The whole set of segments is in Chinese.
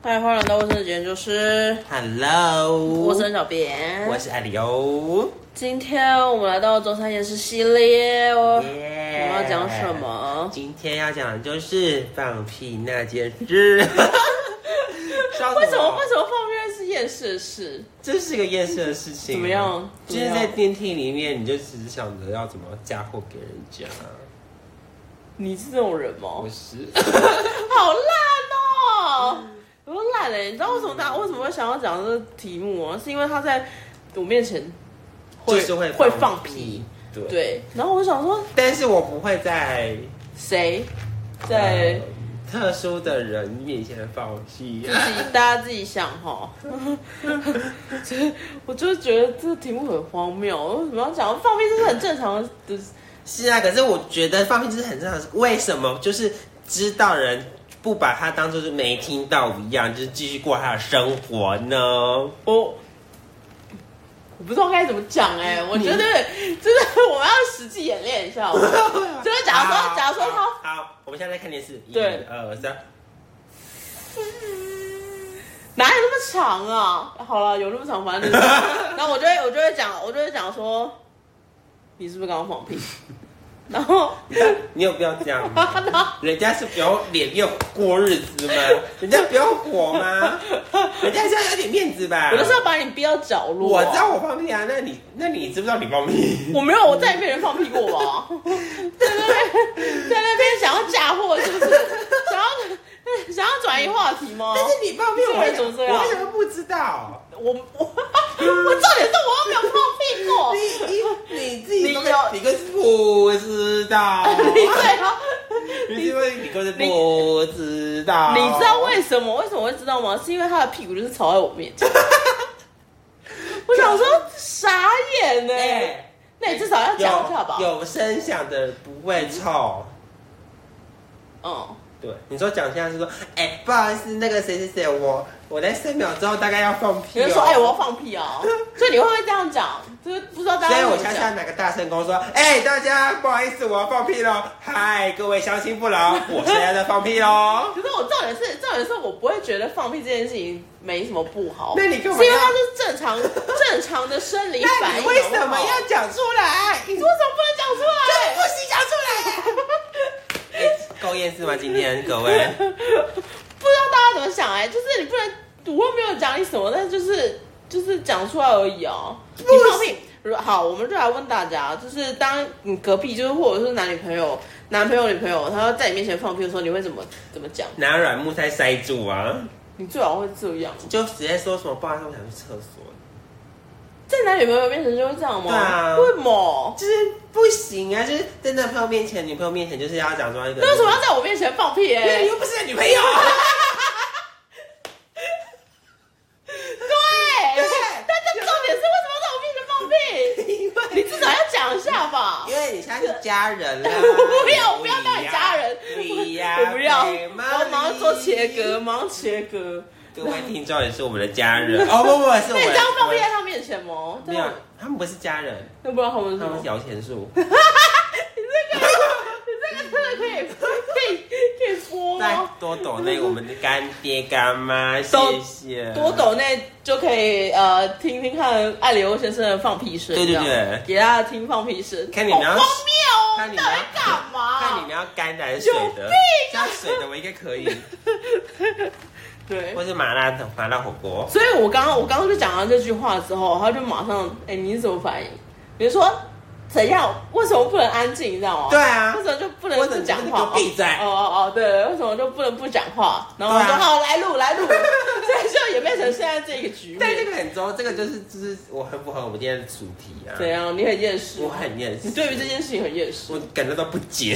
嗨，花人的卫生间就是 Hello，我是小编。我是艾哦里欧。今天我们来到周三夜市系列哦。我耶们要讲什？么？今天要讲的就是放屁那件 事。笑为什么为什么放屁是夜市的事？这是个厌世的事情？啊怎么样就是怎么在样电梯里面，你就只是想着要怎么嫁祸给人家。哦你是这种人吗？我是，好烂哦、我都烂了、你知道为什么他为什么会想要讲这个题目吗？是因为他在我面前会就是会会放放屁，，对。对。然后我想说，但是我不会在谁在？呃特殊的人面前放屁。自己 大家自己想哈。 我就觉得这个题目很荒谬，为什么要讲放屁？这是很正常的，是啊，可是我觉得放屁就是很正常的事。为什么就是知道人不把它当做是没听到一样，就是继续过他的生活呢？哦我我不知道该怎么讲哎、我觉得真的我们要实际演练一下。就是假如啊说，假如说他好，好我们现在在看电视，一呃对二三，哪有那么长啊？好了，有那么长，反正就是。然后我就会，我就会讲，我就会讲说，你是不是刚刚放屁？ 然后，你有必要这样 吗？人家是不要脸面过日子 吗？人家不要火吗？人家是要有点面子吧？我就是要把你逼到角落。我知道我放屁啊，那你那你知不知道你放 屁？我没有，我再也没人放屁过吧？ 在那边，在那边想要嫁祸，是不是？想要想要转移话题 吗但？哦是你放屁，我这个人怎么这样我为什么不知道？我我我重点是我又没有放屁 过，你你你自你己有都没你个不知 道，你最好。你是因为你个是不知道，你知道为什么？为什么会知道吗？是因为他的屁股就是朝在我面 前。我想说傻眼呢、哎那你至少要讲一下吧。有有声响的不会臭。嗯，对，你说讲一下是说，哎、不好意思，那个谁谁谁，我我在三秒之后大概要放屁、有哦。人说哎、我要放屁啊，所以你会不会这样讲？就是不知道大家所以会不我会恰讲恰拿个大声公说：“哎、大家不好意思，我要放屁喽！嗨，各位乡亲父 老，我现在在放屁喽！可是我重点是，重点是我不会觉得放屁这件事情没什么不好。那你干嘛是因为要它是正常正常的生理那反你应。为什好不么好要讲出来？你你为什么不能讲出来？不行，讲 出来。哎够厌世吗？今天各位，不知道大家怎么想哎、就是你不能，我又没有讲你什么，但是就是就是讲出来而已哦、你放屁。如好，我们就来问大家，就是当你隔壁就是或者是男女朋友、男朋友、女朋友，他要在你面前放屁的时候，你会怎么怎么讲？拿软木塞塞住啊，你最好会这样，就直接说什么不好意思，我想去厕所，在男女朋友面前就会这样吗？对啊为什么？就是不行啊，就是在男朋友面前、女朋友面前，就是要假装一个。那为什么要在我面前放屁、欸？因为你又不是女朋 友。对，对但这重点是为什么要在我面前放屁？因为你至少要讲一下吧。因为你现在是家人啦，我 不要，我不要当你家人，你呀、我不要，北我妈要马上做切割，咪。马上切割。各位听众也是我们的 家人，哦不不，是那我你们这样放屁在他面前吗？没有，他们不是家人，那不然他们是他什们 么是？摇钱树。哦你这个真的可以可以可以播再吗？多抖那我们的干爹干妈，谢抖谢。多抖内就可以呃听听看艾里欧先生的放屁声，对对对这样，给大家听放屁声。看你们要好荒谬哦！看你到们底要在干嘛？看你们要干的还是水哦有病的啊？像水的我应该 可以，对或。是麻辣的麻辣火锅。所以我刚刚我刚刚就讲到这句话之后，他就马上，哎、你是什么反应？比如说怎样？为什么不能安静？你知道吗？对啊为什么就不能为什不么讲你不话能？闭嘴哦哦哦，对，为什么就不能不讲话？然后我说、对啊好，来录 来录，所以就演变成现在这个局但这面。个很重要，这个就是就是我很符合我们今天的主题啊。怎？样？你很厌世我，很厌世。你对于这，件事情很厌世。我感觉到不 解，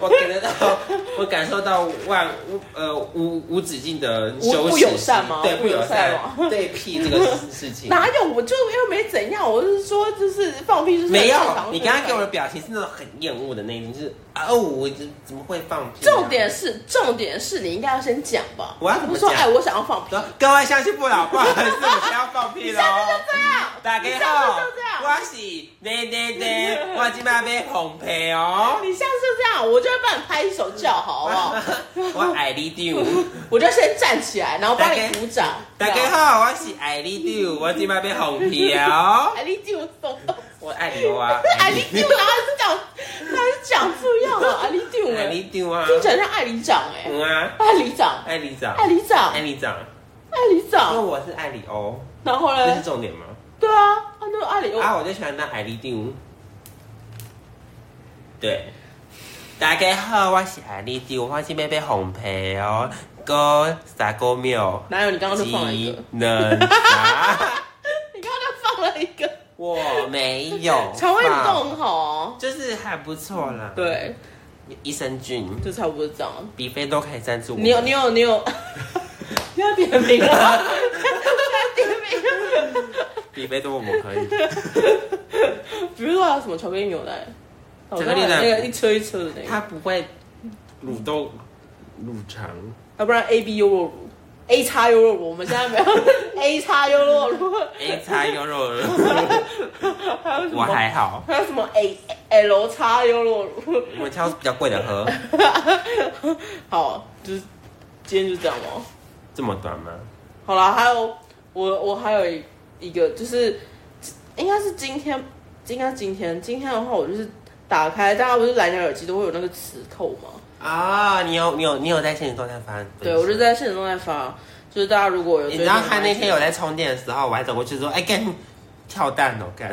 我感觉到我感受到万无呃无无止境的无羞耻不友善吗对，不不友友善善吗，对屁这个事 情。哪有？我就又没怎样，我是说，就是放屁，就是没有很正常，你刚刚给我的表情是那种很厌恶的那一种，就是啊哦，我怎怎么会放屁、啊重点，是，重点是你应该要先讲吧。我要怎么你说，讲哎，我想要放屁，说各位乡亲父老，不好意思，我先要放屁 你喽下。次就这样，大你家下好次就这，样。我是奶奶奶，我今晚要烘焙哦。哎你下次这样，我就会帮你拍手叫好，好不好？ 我爱 你丢，我就先站起来，然后帮大你家鼓掌。大家好，我是爱你丢，啊我今晚要烘焙哦。 艾丽丢走，我爱你哇，艾丽丢，然后是讲，他是讲这样 啊，艾丽丢爱哎，你丢啊，听起来像艾里长哎，嗯啊，艾里长，爱你长，艾里长爱，你长，艾里因为长，我是爱你哦，然后这是嘞，重点吗？对啊，他那个艾里欧，啊，我就喜欢当艾丽丢。对，大家好，我是艾丽丢，我是妹妹红培哦，哥傻哥庙，哪有你刚刚就放了一技个，能啥？你刚刚就放了一个，我没 有， 肠胃蠕动很好哦，就是还不错啦。，对，益生菌，就差不多这样。比菲都可以赞助我。你有你有你有， 你要点名啊了吗， 你要点名了。比菲多我们可以。比如说还有什么巧克力牛奶，巧克力奶哦那个一车一车的那个，它不会蠕动乳 肠，要不然 A B 优酪乳，A 叉优酪乳，我们现在没 有 A 叉优酪乳，哎，擦优肉了，还有什 我么？还好，还有什么 A L 叉优酪乳？ 我挑比较贵的喝。好，就是今天就这样咯。这么短吗？好啦，还有我我还有一个就是，应该是今天，应该是今天今天的话，我就是打开，大家不是蓝牙耳机都会有那个磁扣吗？啊，你有你有你有在现实状态发？对，我就。在现实中在发，就是大家如果有你追知踪道的话他那天有在充电的时候，我还走过去说：“哎、干跳蛋哦，干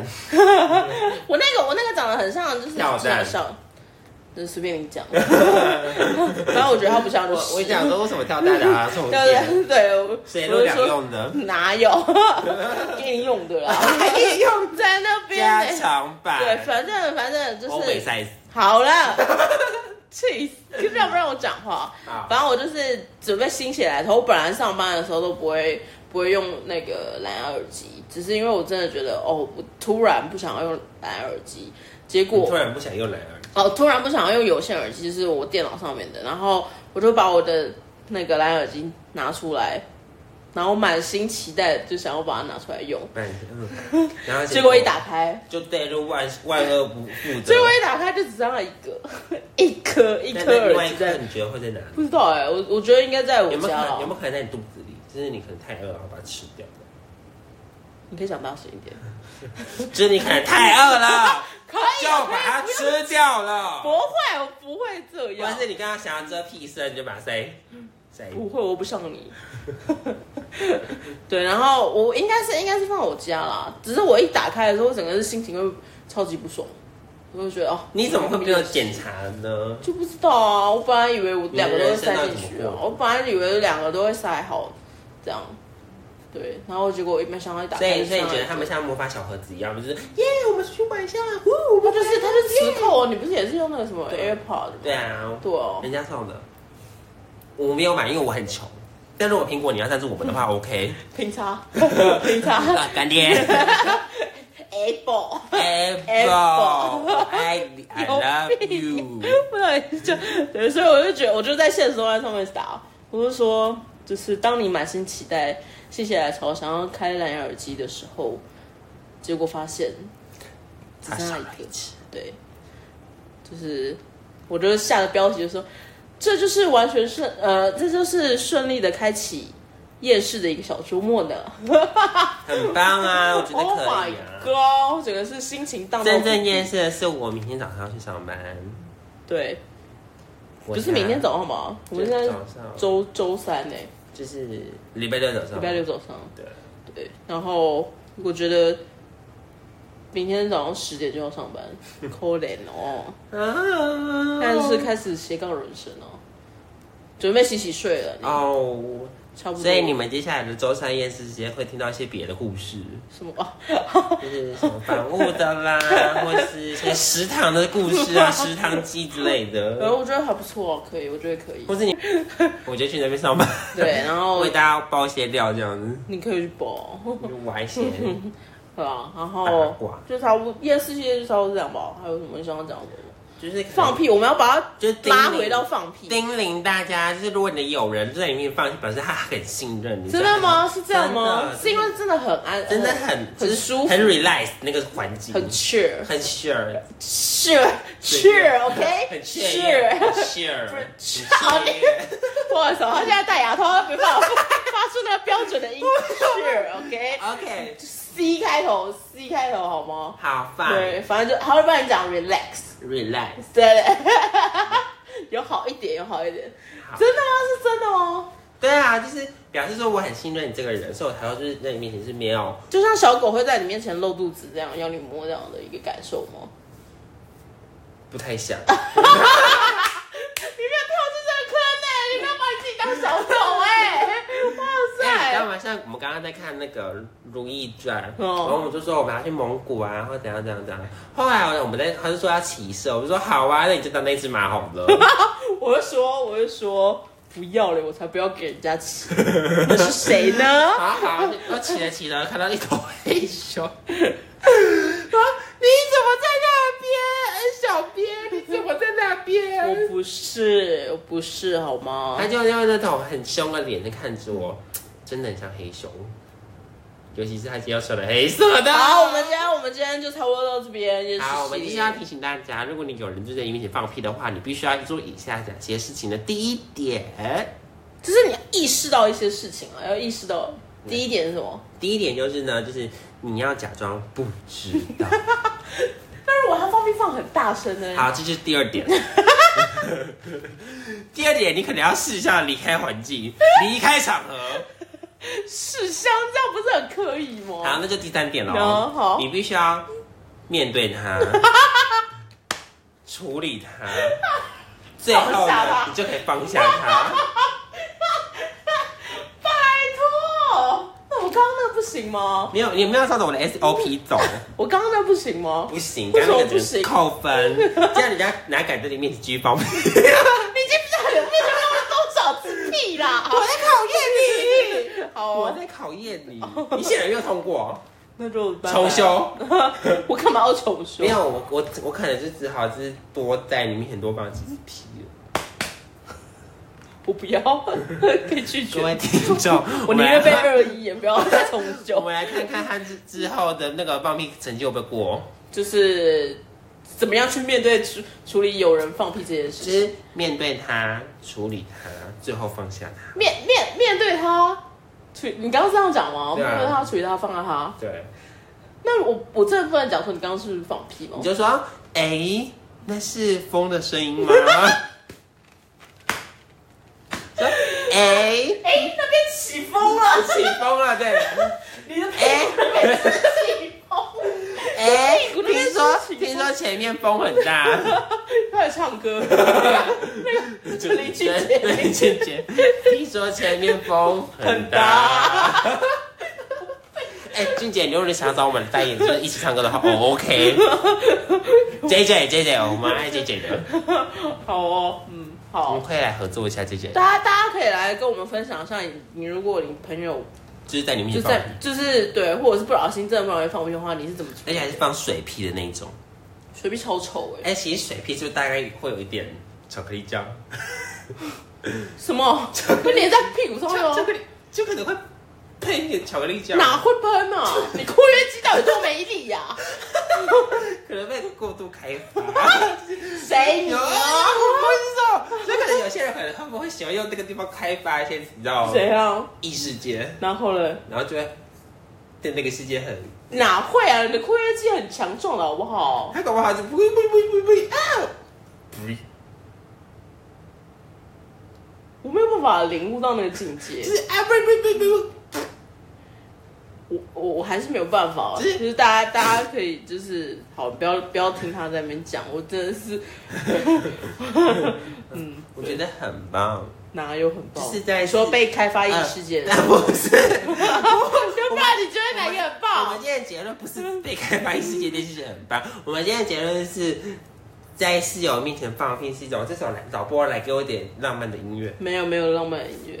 我那个我那个长得很像，就是跳蛋像像，就是随便你 讲。然后我觉得他不！”像，就我是我想说为什么跳蛋 啊？充对电，对对，我谁我都就两说用的， 哪有给你用 的啦，给你用 在那边加呢、长版，对，反正反正就欧美是 size。好 了，气死！可是要不让我讲话。好反正我就是准备心血来潮，我本来上班的时候都不会不会用那个蓝牙耳机，只是因为我真的觉得哦，我突然不想要用蓝牙耳机，结我果嗯突然不想用蓝牙耳机，哦突然不想要用有线耳机，就是我电脑上面的，然后我就把我的那个蓝牙耳机拿出来，然后满心期待就想要把它拿出来用，哎 嗯，然后结果一打开，就对入万万恶不负责结。果一打开就只剩下一个 一颗一那颗那另外耳一机颗在，你觉得会在哪里？不知道哎、我我觉得应该在我有没有可家能有没了有，可能在你肚子里？就是你可能太饿，然后把它吃掉。 你可以讲大声一点，就是你可能太饿了，可以就啊把它可以不用吃 掉了。哎不会，我不会这或者样是，你刚刚想要遮屁声，你就把它塞嗯塞。不会，我不像你。对，然后我应该是应该是放我家啦，只是我一打开的时候，我整个是心情会超级不爽，我就觉得哦，你怎么会没有检查呢？就不知道啊，我本来以为我两个都会塞你的人生到底进去怎啊么，过我本来以为两个都会塞好，这样。对，然后结果我没想到一打所开以就上所来一以你个，觉得他们像魔法小盒子一样，就是耶，我们出去玩一下，呜，我他们就就是是他就磁扣哦，你不是也是用那个什么对 AirPod？对啊，对哦，人家送的，我没有买，因为我很穷。但如果苹果你要赞助我们的话，OK， 平叉， 平叉啊干爹，Apple。 ，Apple，我爱你，I love you。 不然就对，所以我就觉得，我就在现实动态上面打，我就说，就是当你满心期待、心血来潮想要开蓝牙耳机的时候，结果发现只剩下一它少了个一只，对，就是我就下的标题就说，这就是完全顺，呃，这就是顺利的开启夜市的一个小周末呢。很棒 啊，我觉得 oh 可 my 以啊。 god！我整个是心情荡到真谷正底厌世的是我明天早上要去上班，对，不不是明天早上吗？我们现在早上周周三呢、就是礼拜六早上，礼拜六早上，对，对，然后我觉得明天早上十点就要 上班，可怜哦。啊但是开始斜杠人生哦，准备洗洗睡了，哦，差不多。所以你们接下来的周三夜市时间会听到一些别的故事，什么啊？ 就是什么反物的 啦，或是一些食堂的故事啊， 食堂鸡之类然的， 后我觉得还不错、啊可以，我觉得可以或。是 你，我就去那边上班，对，然后 为大家包一些料这样子，你可以去包，就挖 一些 对吧？然八后卦。啊就差不多夜市系列就差不多这样吧。还有什么想要讲的吗？就是可能放屁，我们要把它就是叮拉咛回到放屁。叮咛大家，就是如果你的友人在里面放弃，表示他很信任你。真的吗？是这样吗真？的是因为真的很安，真的很很舒服很 relax 那个环境，很 chill，很 sure，是 chill，OK，很 chill。 sure，sure，不是好你不好意思哦，他现在戴牙套，他没办法发出那个标准的 音是 OK。 OK， C 开头，C 开头好吗？好对， ，fine，relax，反正就好，不然讲 relax，对 对，有好一点，有好一点。好真的吗？是真的吗？对啊，就是表示说我很信任你这个人，所以我才会就是在你面前是没有就像小狗会在你面前露肚子这样要你摸这样的一个感受 吗？不太 想，你不要跳进这个坑呢、你不要把你自己当小 狗哎、哇哎，你知道塞！吗？像我们刚刚在看那个《如懿传》，哦然后我们就说我们要去蒙古啊，或怎样怎样怎样。后来我们在，他就说要骑射，我就说好啊，那你就当那只马好了。 我就说，我就说不要了，我才不要给人家吃。那是谁呢？ 好好，我骑着骑着看到一头黑熊，啊，你怎么在那边？小编，你怎么在那我边？不是，我不是，好吗他？就用那种很凶的脸在看着我，真的很像黑熊，尤其是他今天要穿的黑色的。好，我们今天我们今天就差不多到这边。也是好，我们就是要提醒大家，如果你有人就在你面前放屁的话，你必须要做以下哪些事情的第一点，就是你要意识到一些事情啊，要意识到第一点是什么？第一点就是呢，就是你要假装不知道。那如果他放屁放很大声呢？好，这就是第二点。 第二点，你可能要试一下离开环境，离开场合。是香，这样不是很刻意好，吗？那就第三点了好哦哦。好你必须要面对 它，处理它，啊最后放下呢它，你就可以放下它。拜托，那我刚刚那个不行吗？没有，你没有照着我的 SOP 走。我刚刚那不行吗？不行，这为什样么那个不只行是扣分，这样人家哪敢在你面前继续放屁？你已经不知道你不知道多少次屁 啦！我在考验你。哦好我哦，在考验你，你显然没有通过，那就拜拜重。修。 我干嘛要重修？没有，我我我可能就只好就是多在你面前多放几次屁了。我不要， 可以拒绝，各。位听众我宁愿被二一也不要再重我 修。们来看看他之之后的那个放屁成就会不会过。就是怎么样去面对处处理有人放屁这件事就情，是面对他，处理他，最后放下他。面面面对他。处，你刚刚这样讲吗？对啊面对他，处理他，放下他。对，那我我真的不能讲说你刚刚是不是放屁吗你？就说，哎、那是风的声音吗？说，哎、哎、那边起风了，起风了，对。你的屁哎起风。哎、屁股那边听说是起风听说前面风很大，他在唱 歌，那个就林俊杰，对林俊杰。听说前面风很大。 哎、俊杰，你如果想要找我们代言，就是一起唱歌的话，哦，OK。J J J J，我们爱 J J 的，好哦，嗯，我好们。可以来合作一下 J J，大家大家可以来跟我们分享一下你，你如果你朋友就是在你面就前放屁在，就是对，或者是不小心真的不小心放屁的话，你是怎么处而且还是放水屁的那一种。随便超丑哎、哎、其实水屁就大概会有一点巧克力酱，什么？会粘在屁 股上面巧吗克？力就可能会配一点巧克力酱，哪会喷啊？你括约肌到底多没力啊呀、可能被过度开发。 谁你有啊，啊？我不知道，所以可能有些人可能他们会喜欢用这个地方开发一些，你知道吗？谁啊？异世界，然后嘞？然后就会对那个世界很，哪会啊？你的括约肌很强壮的好不好？哦他搞不好就不会不会不会不会不会啊，不我没有办法领悟到那个境界就，是啊不不不不我我我还是没有办法。啊就只是是大家大家可以就是好，不要不要听他在那边讲，我真的是，嗯，我觉得很棒，哪有很棒？就是在你说被开发异世界的时候啊不是。就不然你觉得哪个很我棒们？今天的结论不是被开发异世界这件事情很棒，我们今天的结论是在室友面前放屁是一种，这首来导播来给我一点浪漫的音乐。 没有没有浪漫的音乐，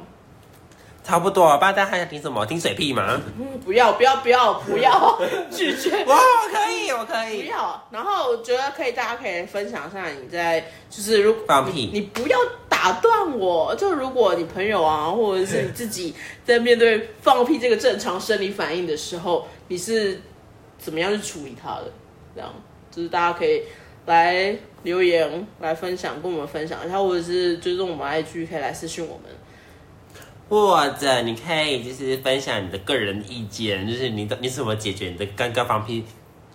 差不多了。不知道大家还想听什么？听水屁吗？不要不要不要不 要拒绝。哇，我可以，我可不以。要，然后我觉得可以，大家可以分享一下你在，就是如果放屁你不要打断我。就如果你朋友啊，或者是你自己在面对放屁这个正常生理反应的时候，你是怎么样去处理它的？这样，就是大家可以来留言来分享，跟我们分享一下，或者是追踪我们 IG，可以来私信我们。或者你可以就是分享你的个人意见，就是你的你怎么解决你的尴尬放屁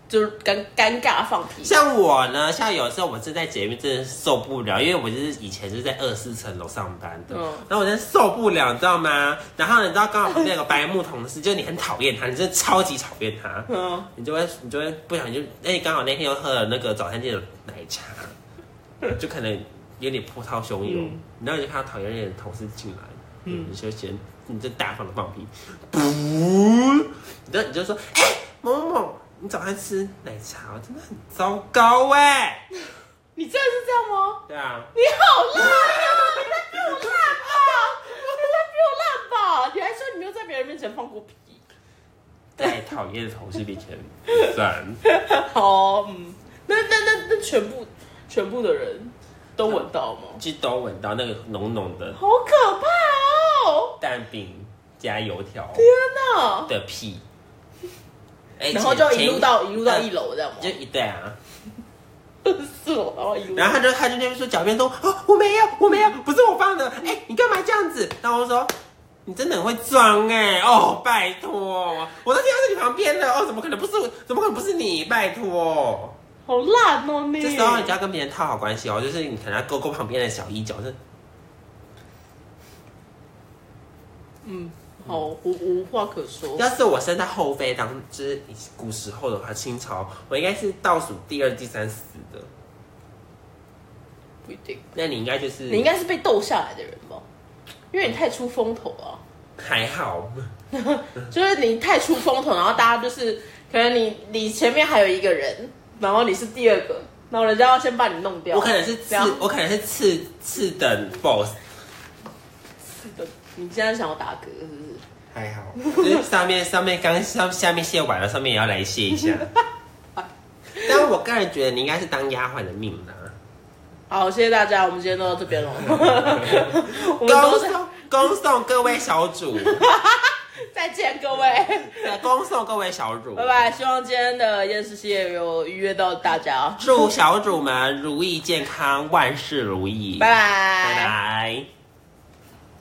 就是尴尴尬放屁，像我呢，像有时候我正在节目真的受不了，因为我就是以前就是在二四层楼上班的，嗯然后我真的受不了，你知道吗？然后你知道刚好旁边有个白木同事，就是你很讨厌他，你真的超级讨厌他，嗯，你就会你就会不想就，哎、刚好那天又喝了那个早餐店的奶茶，就可能有点波涛汹涌，嗯然后你就看到讨厌的同事进来，嗯，你就先你就大方的放屁，噗，你就你就说，哎、某某某，你早餐吃奶茶真的很糟糕哎、你真的是这样吗？对啊，你好烂呀、你在比我烂吧？你在比我烂吧？你还说你没有在别人面前放过屁？在讨厌的同事 面前算，好，嗯，那那那那全部全部的人都闻到吗？就都闻到那个浓浓的好可怕哦！蛋饼加油条天哪！的屁。哎然后就前一路到一路到嗯一楼这样吗就？一对啊， 是我，然后一路然后他就他就那边说狡辩说啊我没有我没有不是我放的，哎、你干嘛这样子？然后我就说你真的很会装哎、哦拜托，我都听到在你旁边了哦，怎么可能不是我？怎么可能不是你？拜托，好烂哦你！这时候你就要跟别人套好关系哦，就是你可能要勾勾旁边的小衣角，就是嗯，好，无无话可说。要是我生在后妃当就是古时候的话，清朝我应该是倒数第二、第三死的，不一定，那你应该就是你应该是被斗下来的人吧？因为你太出风头了、还好，就是你太出风头，然后大家就是可能你你前面还有一个人，然后你是第二个，然后人家要先把你弄掉。我可能是这次样，我可能是次次等 boss。你现在想要打嗝是不是？还好，就是哎上面上面刚上下面卸完了，上面也要来卸 一下。但我个人觉得你应该是当丫鬟的命啊啦、好，谢谢大家，我们今天都到这 边了。我们恭都是送恭送各位小 主，哎再见 各位，恭送各位小主，拜拜。。希望今天的夜市系列有愉悦到大家，哦祝小主们如意健康，万事如意，拜拜拜